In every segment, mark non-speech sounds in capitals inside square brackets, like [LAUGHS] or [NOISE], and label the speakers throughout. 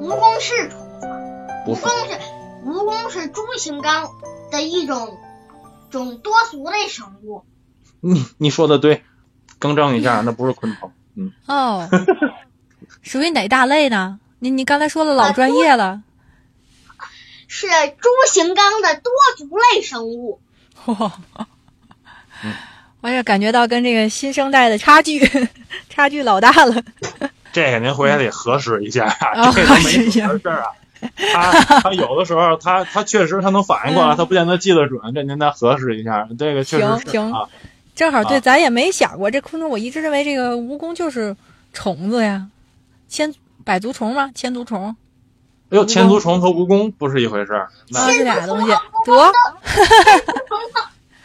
Speaker 1: 蜈蚣是虫子吗？
Speaker 2: 不
Speaker 1: 蜈蚣
Speaker 2: 是，
Speaker 1: 是蜈蚣是猪形纲的一种种多足类生物。
Speaker 2: 你 [LAUGHS] 你说的对，更正一下，那不是昆虫。嗯，
Speaker 3: 哦，属于哪大类呢？您您刚才说了老专业了，
Speaker 1: 是猪形纲的多足类生物。
Speaker 3: 哇，我也感觉到跟这个新生代的差距， [LAUGHS] 差距老大了。
Speaker 2: 这个您回去得核实一下，
Speaker 3: 啊
Speaker 2: 这都
Speaker 3: 核实
Speaker 2: 没
Speaker 3: 一下
Speaker 2: 什么事
Speaker 3: [LAUGHS]
Speaker 2: 儿啊。他他有的时候他他确实他能反应过来，
Speaker 3: 嗯
Speaker 2: 他不见得记得准，这您再核实一下，这个确实
Speaker 3: 行
Speaker 2: 是
Speaker 3: 行
Speaker 2: 啊。
Speaker 3: 正好对，
Speaker 2: 啊
Speaker 3: 咱也没想过这昆虫，我一直认为这个蜈蚣就是虫子呀，千百足虫吗？千足虫
Speaker 2: 哎呦，
Speaker 3: 蚣
Speaker 2: 千足虫和蜈蚣不是一回事儿，
Speaker 3: 啊
Speaker 2: 那，
Speaker 3: 这俩东西，得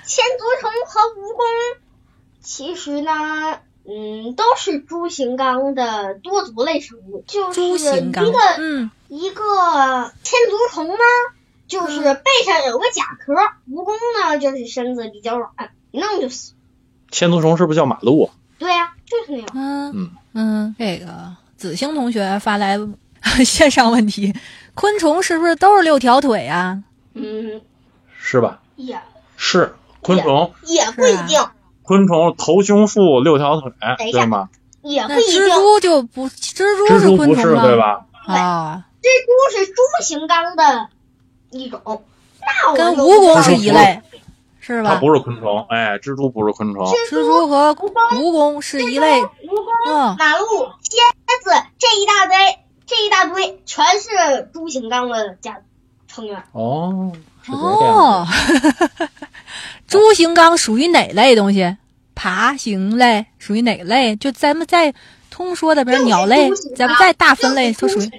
Speaker 1: 千足虫和蜈蚣其实呢，嗯，都是猪形纲的多足类生物，就是
Speaker 3: 猪
Speaker 1: 一
Speaker 3: 形纲
Speaker 1: 个，
Speaker 3: 嗯，
Speaker 1: 一个千足虫呢，就是背上有个甲壳；蜈蚣呢，就是身子比较软，一弄就死。
Speaker 2: 千足虫是不是叫马路啊？
Speaker 1: 对呀、就是那样。
Speaker 3: 嗯
Speaker 2: 嗯
Speaker 3: 嗯，这个子星同学发来线上问题：昆虫是不是都是六条腿啊？
Speaker 1: 嗯，
Speaker 2: 是吧？
Speaker 1: 也
Speaker 2: 是昆虫，
Speaker 1: 也不一定，
Speaker 2: 昆虫头胸腹六条腿
Speaker 1: 等一，下
Speaker 2: 对吗？
Speaker 1: 也不
Speaker 3: 那
Speaker 1: 一定。
Speaker 3: 蜘蛛就不，蜘蛛
Speaker 2: 蜘蛛
Speaker 3: 昆
Speaker 2: 不
Speaker 3: 虫
Speaker 2: 是
Speaker 3: 吗？
Speaker 2: 对吧？
Speaker 3: 啊，
Speaker 1: 蜘蛛是猪形纲的一种，那我
Speaker 3: 跟
Speaker 1: 就
Speaker 3: 蜈
Speaker 1: 不知
Speaker 3: 蚣是
Speaker 1: 道
Speaker 3: 一
Speaker 1: 了
Speaker 3: 类，是
Speaker 2: 它
Speaker 3: 吧？
Speaker 2: 不是昆虫，哎，蜘蛛不是昆虫，
Speaker 1: 蜘
Speaker 3: 蜘蛛和蜈蚣是一类，
Speaker 1: 蜈蚣、
Speaker 3: 嗯，
Speaker 1: 马路、蝎子这一大堆，这一大堆全是猪形纲的家成员。
Speaker 2: 哦，是这个样子。
Speaker 3: 哦， [LAUGHS] 猪形纲属于哪类东西？爬行类属于哪类？就咱们再通说的，比如鸟类
Speaker 1: 就是猪形，纲
Speaker 3: 咱们再大分类，
Speaker 1: 就
Speaker 3: 它
Speaker 1: 是
Speaker 3: 属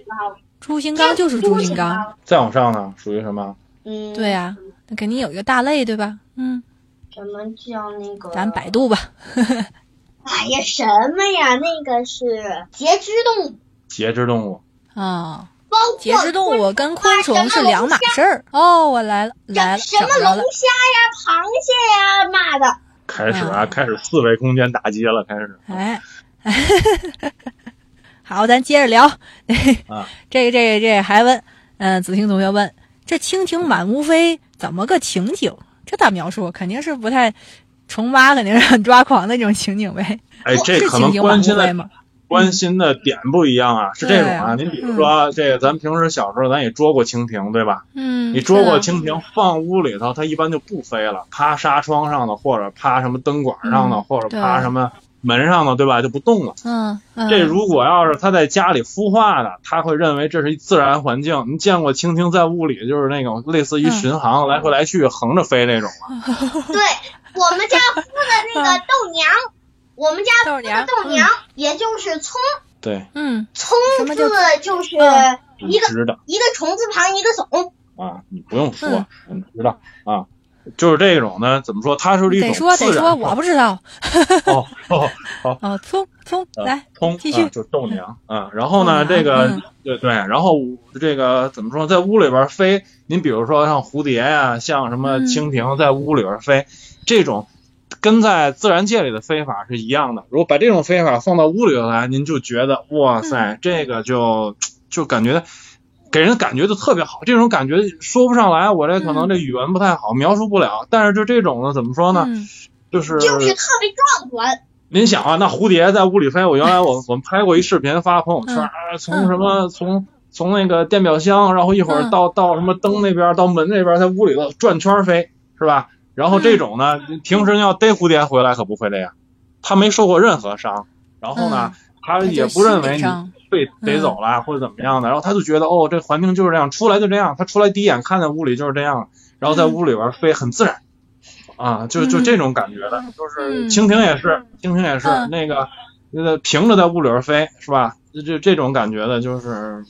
Speaker 1: 猪形纲
Speaker 3: 于猪形纲就是猪形纲，。
Speaker 2: 再往上呢，属于什么？
Speaker 1: 嗯，
Speaker 3: 对啊呀、那肯定有一个大类，对吧？嗯，
Speaker 1: 什么叫那个？
Speaker 3: 咱百。度吧。
Speaker 1: 哎呀，什么呀？那个是节肢动物，
Speaker 2: 节肢动物。
Speaker 3: 啊、
Speaker 1: 包括
Speaker 3: 节肢动物跟昆虫是两码事儿。哦，我来了，来了，
Speaker 1: 什么
Speaker 3: 找着
Speaker 1: 龙
Speaker 3: 了。
Speaker 1: 虾呀、螃蟹呀，妈的，
Speaker 2: 开始啊，
Speaker 3: 嗯
Speaker 2: 开始四维空间打击了，开始。
Speaker 3: 哎， [LAUGHS] 好，咱接着聊。
Speaker 2: 啊
Speaker 3: [LAUGHS] 这个这个这个还问，嗯、子欣同学问，这蜻蜓满屋飞怎么个情景？这咋描述？肯定是不太虫妈，肯定是很抓狂的那种情景呗。
Speaker 2: 哎，这
Speaker 3: 是
Speaker 2: 可
Speaker 3: 蜻
Speaker 2: 能关心
Speaker 3: 蜓满屋飞
Speaker 2: 的
Speaker 3: 吗？
Speaker 2: 关心的点不一样啊，是这种啊。
Speaker 3: 对
Speaker 2: 您比如说，这个咱们平时小时候咱也捉过蜻蜓，对吧？
Speaker 3: 嗯，
Speaker 2: 你捉过
Speaker 3: 是的
Speaker 2: 蜻蜓，放屋里头，它一般就不飞了，趴纱窗上的，或者趴什么灯管上的，
Speaker 3: 嗯
Speaker 2: 或者
Speaker 3: 对
Speaker 2: 趴什么门上的，对吧？就不动了。
Speaker 3: 嗯嗯，
Speaker 2: 这如果要是它在家里孵化的，它会认为这是一自然环境。您见过蜻蜓在屋里就是那种类似于
Speaker 3: 嗯
Speaker 2: 巡航来回来去横着飞那种吗？
Speaker 1: 对我们家孵的那
Speaker 3: [LAUGHS]
Speaker 1: 个豆娘，我们家
Speaker 3: 豆
Speaker 1: 孵的
Speaker 3: 娘
Speaker 1: 豆娘，也就是葱，
Speaker 2: 对， [LAUGHS]
Speaker 3: 嗯
Speaker 1: 葱
Speaker 3: 什么
Speaker 1: 字
Speaker 3: 叫
Speaker 1: 就是
Speaker 3: 嗯
Speaker 1: 一个嗯
Speaker 2: 知道。
Speaker 1: 一个虫字旁一个耸，
Speaker 2: 啊，你不用说，
Speaker 1: 嗯
Speaker 2: 你知道啊，就是这种呢，怎么说？它是一种
Speaker 3: 得说得
Speaker 2: 自
Speaker 3: 说，
Speaker 2: 然
Speaker 3: 我不知道。
Speaker 2: 哦哦哦，
Speaker 3: 哦，葱葱
Speaker 2: 啊
Speaker 3: 来，
Speaker 2: 通
Speaker 3: 继续嗯
Speaker 2: 啊就豆娘啊，然后呢，
Speaker 3: 豆娘
Speaker 2: 这个
Speaker 3: 嗯
Speaker 2: 对对，然后这个怎么说，在屋里边飞，您比如说像蝴蝶呀，像什么
Speaker 3: 嗯
Speaker 2: 蜻蜓在屋里边飞，这种跟在自然界里的飞法是一样的。如果把这种飞法放到屋里头来，您就觉得哇
Speaker 3: 嗯
Speaker 2: 塞，这个就就感觉。给人感觉就特别好，这种感觉说不上来，我这可能
Speaker 3: 嗯
Speaker 2: 这语文不太好，描述不了。但是就这种呢，怎么说呢？
Speaker 3: 嗯
Speaker 2: 就是
Speaker 1: 就是特别壮观。
Speaker 2: 您想啊，那蝴蝶在屋里飞，我原来我我们拍过一视频发朋友圈，
Speaker 3: 嗯
Speaker 2: 啊，从什么从从那个电表箱，然后一会儿
Speaker 3: 嗯
Speaker 2: 到到什么灯那边，到门那边，在屋里头转圈飞，是吧？然后这种呢，
Speaker 3: 嗯
Speaker 2: 平时要逮蝴蝶回来可不会这样，它没受过任何伤，然后呢，它
Speaker 3: 那
Speaker 2: 也
Speaker 3: 嗯就
Speaker 2: 不认
Speaker 3: 心理
Speaker 2: 为你
Speaker 3: 上
Speaker 2: 被逮走了、或者怎么样的，然后他就觉得哦，这环境就是这样，出来就这样，他出来第一眼看见屋里就是这样，然后在屋里边飞很自然，啊，就就
Speaker 3: 嗯
Speaker 2: 这种感觉的，就是
Speaker 3: 嗯
Speaker 2: 蜻蜓也是，蜻蜓也是呃
Speaker 3: 嗯
Speaker 2: 那个那个平着在屋里边飞是吧？这这种感觉的，就是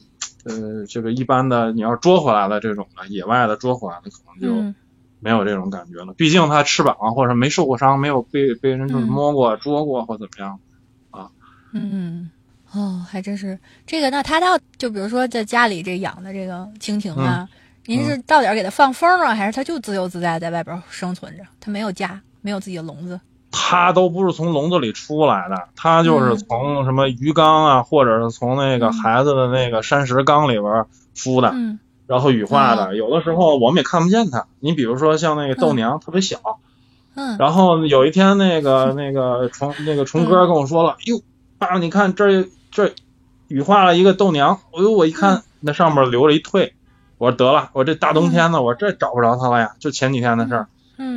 Speaker 2: 呃，这个一般的你要捉回来的这种的野外的捉回来的，可能就
Speaker 3: 嗯
Speaker 2: 没有这种感觉了。毕竟它翅膀啊或者没受过伤，没有被被人就是
Speaker 3: 嗯
Speaker 2: 摸过、捉过或怎么样。
Speaker 3: 嗯，哦，还真是这个。那他到就比如说在家里这养的这个蜻蜓啊，
Speaker 2: 嗯
Speaker 3: 您是到点儿给它放风啊，还是它就自由自在在外边生存着？它没有家，没有自己的笼子。
Speaker 2: 它都不是从笼子里出来的，它就是
Speaker 3: 嗯
Speaker 2: 从什么鱼缸啊，或者是从那个孩子的那个山石缸里边儿孵的，
Speaker 3: 嗯
Speaker 2: 然后羽化的。有的时候我们也看不见它。你比如说像那个豆娘，特别小，
Speaker 3: 嗯
Speaker 2: 然后有一天那个
Speaker 3: [LAUGHS]
Speaker 2: 那个虫那个虫哥跟我说
Speaker 3: 嗯
Speaker 2: 了，哟，爸，你看这儿这儿羽化了一个豆娘，哎呦，我一看
Speaker 3: 嗯
Speaker 2: 那上面留了一蜕，我说得了，我这大冬天的，我这找不着它了呀，就前几天的事儿。
Speaker 3: 嗯，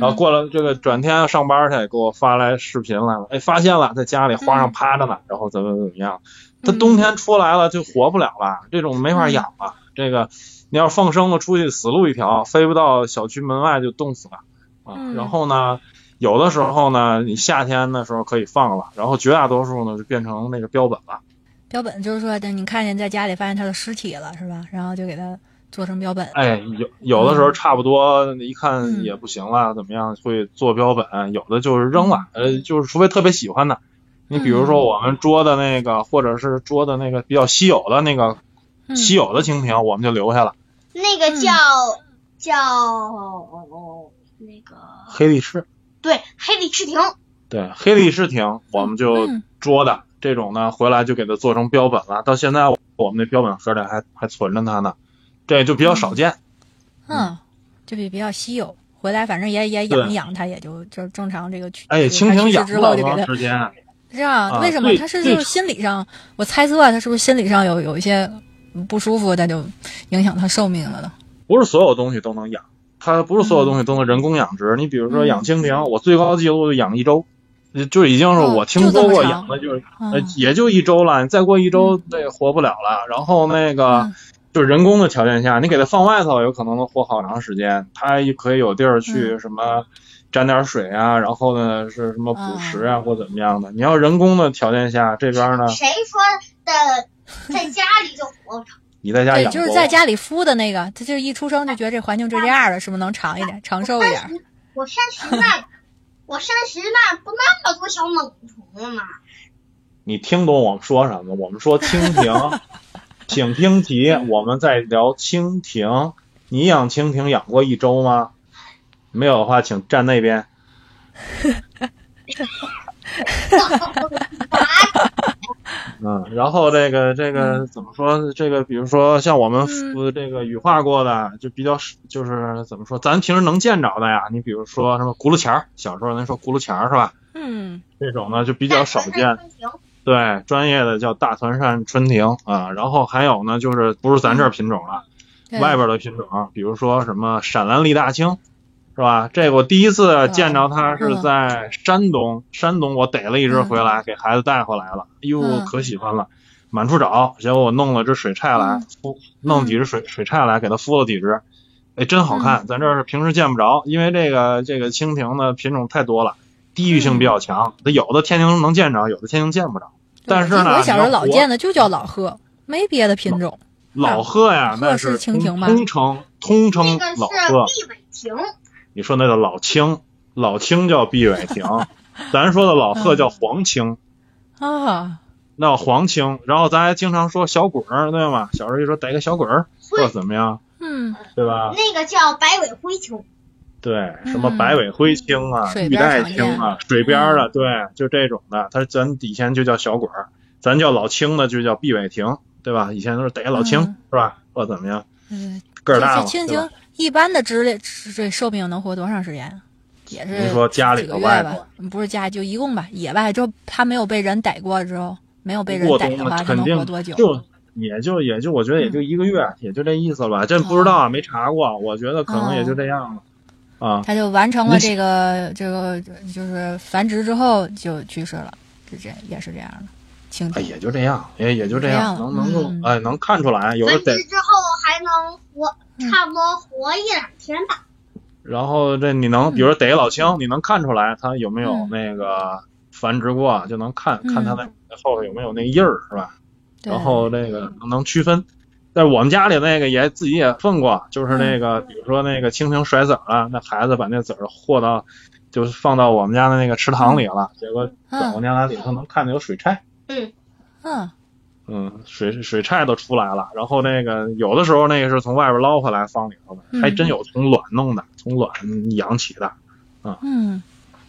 Speaker 2: 然后啊过了这个转天上班去，给我发来视频来了，哎，发现了在家里花上趴着
Speaker 3: 嗯
Speaker 2: 呢，然后怎么怎么样，它冬天出来了就活不了了，
Speaker 3: 嗯
Speaker 2: 这种没法养了。这个你要放生了，出去死路一条，飞不到小区门外就冻死了啊。
Speaker 3: 嗯
Speaker 2: 然后呢，有的时候呢，你夏天的时候可以放了，然后绝大多数呢就变成那个标本了。
Speaker 3: 标本就是说，等你看见在家里发现它的尸体了，是吧？然后就给它做成标本。
Speaker 2: 哎，有有的时
Speaker 3: 嗯
Speaker 2: 候差不多一看也不行了，怎么样会做标本，有的就是扔了，
Speaker 3: 嗯
Speaker 2: 呃，就是除非特别喜欢的。你比如说我们捉的那个，或者是捉的那个比较稀有的那个
Speaker 3: 嗯
Speaker 2: 稀有的蜻蜓，我们就留下了。
Speaker 1: 那个叫、叫那个
Speaker 2: 黑力士，
Speaker 1: 对黑力士蜓，
Speaker 2: 对，黑力士蜓我们就
Speaker 3: 嗯
Speaker 2: 捉的这种呢，回来就给它做成标本了。到现在我们那标本盒里还还存着它呢，这就比较少见。
Speaker 3: 嗯，就比比较稀有。回来反正也也养
Speaker 2: 对
Speaker 3: 一养它，也就就正常这个去。
Speaker 2: 哎，
Speaker 3: 就是
Speaker 2: 蜻
Speaker 3: 它
Speaker 2: 蜓
Speaker 3: 去世
Speaker 2: 养
Speaker 3: 之
Speaker 2: 不
Speaker 3: 后
Speaker 2: 了
Speaker 3: 就
Speaker 2: 多
Speaker 3: 给它
Speaker 2: 长时间啊，
Speaker 3: 是啊，
Speaker 2: 啊
Speaker 3: 为什么？
Speaker 2: 对
Speaker 3: 他是
Speaker 2: 对
Speaker 3: 就是心理上，我猜测啊，他是不是心理上有有一些不舒服，他就影响他寿命了呢？
Speaker 2: 不是所有东西都能养，它不是所有东西都能人工养
Speaker 3: 嗯
Speaker 2: 殖。你比如说养蜻蜓，我最高记录就养一周，呃就已经是
Speaker 3: 哦
Speaker 2: 我听说
Speaker 3: 就这么
Speaker 2: 过
Speaker 3: 长
Speaker 2: 养的，就是、
Speaker 3: 啊
Speaker 2: 呃，也就一周了。你再过一周，那、活不了了。然后那个。
Speaker 3: 嗯
Speaker 2: 就是人工的条件下，你给它放外头，有可能能活好长时间。它也可以有地儿
Speaker 3: 嗯
Speaker 2: 去什么沾点水啊，然后呢是什么捕食啊、或怎么样的。你要人工的条件下，这边呢
Speaker 1: 谁说的在家里就活不长？
Speaker 2: 你在家
Speaker 3: 对，
Speaker 2: 养
Speaker 3: 就是
Speaker 2: 活
Speaker 3: 在家里孵的那个，他就是一出生就觉得这环境就这样了，是不是能长一点， [LAUGHS] 长寿一点？
Speaker 1: 我山石那
Speaker 3: [LAUGHS]
Speaker 1: 我山石那不那么多小猛虫了吗？
Speaker 2: 你听懂我们说什么？我们说蜻蜓，请听题，我们在聊蜻蜓。你养蜻蜓养过一周吗？没有的话，请站那边。嗯，然后这个这个怎么说？这个比如说像我们
Speaker 3: 嗯
Speaker 2: 呃这个羽化过的，就比较是就是怎么说？咱平时能见着的呀，你比如说什么轱辘钱儿，小时候咱说轱辘钱儿是吧？
Speaker 3: 嗯
Speaker 2: 这种呢就比
Speaker 1: 比
Speaker 2: 较少见。对，专业的叫大团扇春蜓啊，然后还有呢，就是不是咱这儿品种了，
Speaker 3: 对
Speaker 2: 外边的品种，比如说什么闪蓝丽大青，是吧？这个我第一
Speaker 3: 啊
Speaker 2: 次见着它是在山
Speaker 3: 嗯
Speaker 2: 东，山东我逮了一只回来，给孩子带回来了，哎呦，
Speaker 3: 嗯
Speaker 2: 可喜欢了，满处找，结果我弄了只水菜来
Speaker 3: 嗯，
Speaker 2: 孵弄几只水水菜来，给它孵了几只，哎，真好看，
Speaker 3: 嗯
Speaker 2: 咱这儿平时见不着，因为这个这个蜻蜓的品种太多了，地域性比较强，它有的天津能见着，有的天津见不着。但是呢，
Speaker 3: 嗯我小时候老
Speaker 2: 你要活
Speaker 3: 见的就叫老鹤，没别的品种。
Speaker 2: 老鹤呀，
Speaker 3: 鹤
Speaker 2: 那
Speaker 3: 是蜻
Speaker 2: 通
Speaker 3: 蜓吧
Speaker 2: 通称
Speaker 1: 那
Speaker 2: 通称
Speaker 1: 个是
Speaker 2: 老鹤。
Speaker 1: 立尾蜓，
Speaker 2: 你说那个老青，老青叫碧尾蜓，咱说的老鹤叫黄青，
Speaker 3: 啊，
Speaker 2: 那黄青。然后咱还经常说小滚儿，对吗？小时候一说逮个小滚儿，或者怎么样，
Speaker 3: 嗯，
Speaker 2: 对吧？
Speaker 1: 那个叫白尾灰蜓。
Speaker 2: 对，什么白尾灰青啊、
Speaker 3: 嗯水
Speaker 2: 玉
Speaker 3: 边儿嗯
Speaker 2: 带
Speaker 3: 常
Speaker 2: 青啊、水边儿的，对，就这种的，它咱以前就叫小滚儿，咱叫老青的就叫碧尾蜓，对吧？以前都是逮老青、
Speaker 3: 嗯
Speaker 2: 是吧？或怎么样，
Speaker 3: 对，
Speaker 2: 个
Speaker 3: 这
Speaker 2: 儿大
Speaker 3: 这
Speaker 2: 嘛，
Speaker 3: 蜻
Speaker 2: 对吧
Speaker 3: 蜓一般的直列这寿命能活多长时间啊？也是
Speaker 2: 您说家里
Speaker 3: 几个
Speaker 2: 头
Speaker 3: 月
Speaker 2: 外
Speaker 3: 吧
Speaker 2: 头，
Speaker 3: 嗯不是家就一共吧，野外就它没有被人逮过之后，没有被人
Speaker 2: 过
Speaker 3: 逮
Speaker 2: 冬
Speaker 3: 的
Speaker 2: 了
Speaker 3: 话，它
Speaker 2: 肯
Speaker 3: 能
Speaker 2: 定
Speaker 3: 活多久？
Speaker 2: 就也就也就我觉得也就一个月，
Speaker 3: 嗯
Speaker 2: 也就这意思吧，这不知道
Speaker 3: 哦
Speaker 2: 啊，没查过，我觉得可能也就这样了。啊，
Speaker 3: 它就完成了
Speaker 2: 你
Speaker 3: 这个这个就是繁殖之后就去世了，就这也是这样的蜻
Speaker 2: 哎，
Speaker 3: 蜓。
Speaker 2: 也就这样，也也就这
Speaker 3: 这
Speaker 2: 样，
Speaker 3: 样
Speaker 2: 能能够
Speaker 3: 嗯
Speaker 2: 哎能看出来，有的
Speaker 1: 繁
Speaker 2: 逮
Speaker 1: 殖之后还能活，差不多活一两天吧。
Speaker 2: 然后这你能，比如说逮老青，你能看出来它有没有
Speaker 3: 嗯
Speaker 2: 那个繁殖过，就能看看它那后头有没有那个印儿，是吧？
Speaker 3: 对
Speaker 2: 然后那个能区分。但是我们家里那个也自己也分过，就是那个
Speaker 3: 嗯
Speaker 2: 比如说那个蜻蜓甩籽儿了，那孩子把那籽儿和到，就是放到我们家的那个池塘里了，结果早上家里头能看见有水柴。
Speaker 3: 嗯
Speaker 2: 嗯，水水柴都出来了，然后那个有的时候那个是从外边捞回来放里头的，
Speaker 3: 嗯
Speaker 2: 还真有从卵弄的，从卵养起的。
Speaker 3: 嗯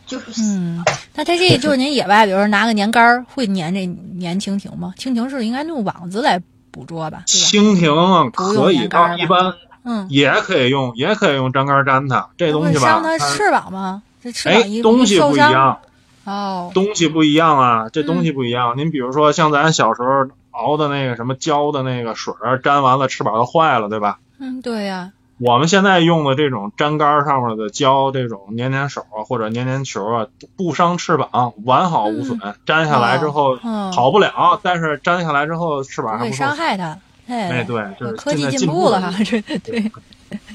Speaker 1: 就是
Speaker 3: 嗯，那它这就是您野外，比如说拿个粘杆儿，会粘这粘蜻蜓吗？蜻蜓是应该用网子来捕捉吧，对吧？
Speaker 2: 蜻蜓啊可以，
Speaker 3: 不用粘杆儿
Speaker 2: 但
Speaker 3: 吧
Speaker 2: 是一般
Speaker 3: 嗯，
Speaker 2: 也可以用，也可以用粘杆粘它。这东
Speaker 3: 会
Speaker 2: 西吧
Speaker 3: 伤，它
Speaker 2: 它
Speaker 3: 翅膀吗？这翅膀一
Speaker 2: 哎，东西
Speaker 3: 一
Speaker 2: 不
Speaker 3: 受
Speaker 2: 一
Speaker 3: 伤
Speaker 2: 样，
Speaker 3: 哦，
Speaker 2: 东西不一样啊，这
Speaker 3: 嗯
Speaker 2: 东西不一样。您比如说像咱小时候熬的那个什么胶的那个水儿，粘完了翅膀就坏了，对吧？
Speaker 3: 嗯，对呀、
Speaker 2: 我们现在用的这种粘杆上面的胶，这种粘粘手啊或者粘粘球啊，不伤翅膀，完好无损。粘下来之后
Speaker 3: 嗯，
Speaker 2: 跑不了，但是粘下来之后翅膀
Speaker 3: 不
Speaker 2: 还
Speaker 3: 会
Speaker 2: 不
Speaker 3: 伤
Speaker 2: 受。
Speaker 3: 害它。
Speaker 2: 哎，
Speaker 3: 哎，
Speaker 2: 对，就是
Speaker 3: 科技
Speaker 2: 现在
Speaker 3: 进
Speaker 2: 步
Speaker 3: 步了哈，这对，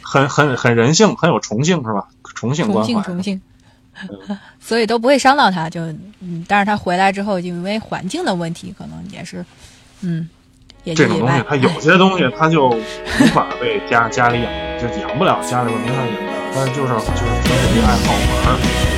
Speaker 2: 很很很人性，很有崇敬是吧？崇敬
Speaker 3: 重
Speaker 2: 关
Speaker 3: 庆
Speaker 2: 怀嗯
Speaker 3: 重。庆， [LAUGHS] 所以都不会伤到它，就嗯，但是它回来之后，因为环境的问题，可能也是，嗯，也
Speaker 2: 这
Speaker 3: 就
Speaker 2: 种
Speaker 3: 野
Speaker 2: 东西
Speaker 3: 外，，
Speaker 2: 它有些东西它就无法被家家里养，就养不了，家里边没法养。但是就是就是纯属于爱好玩儿。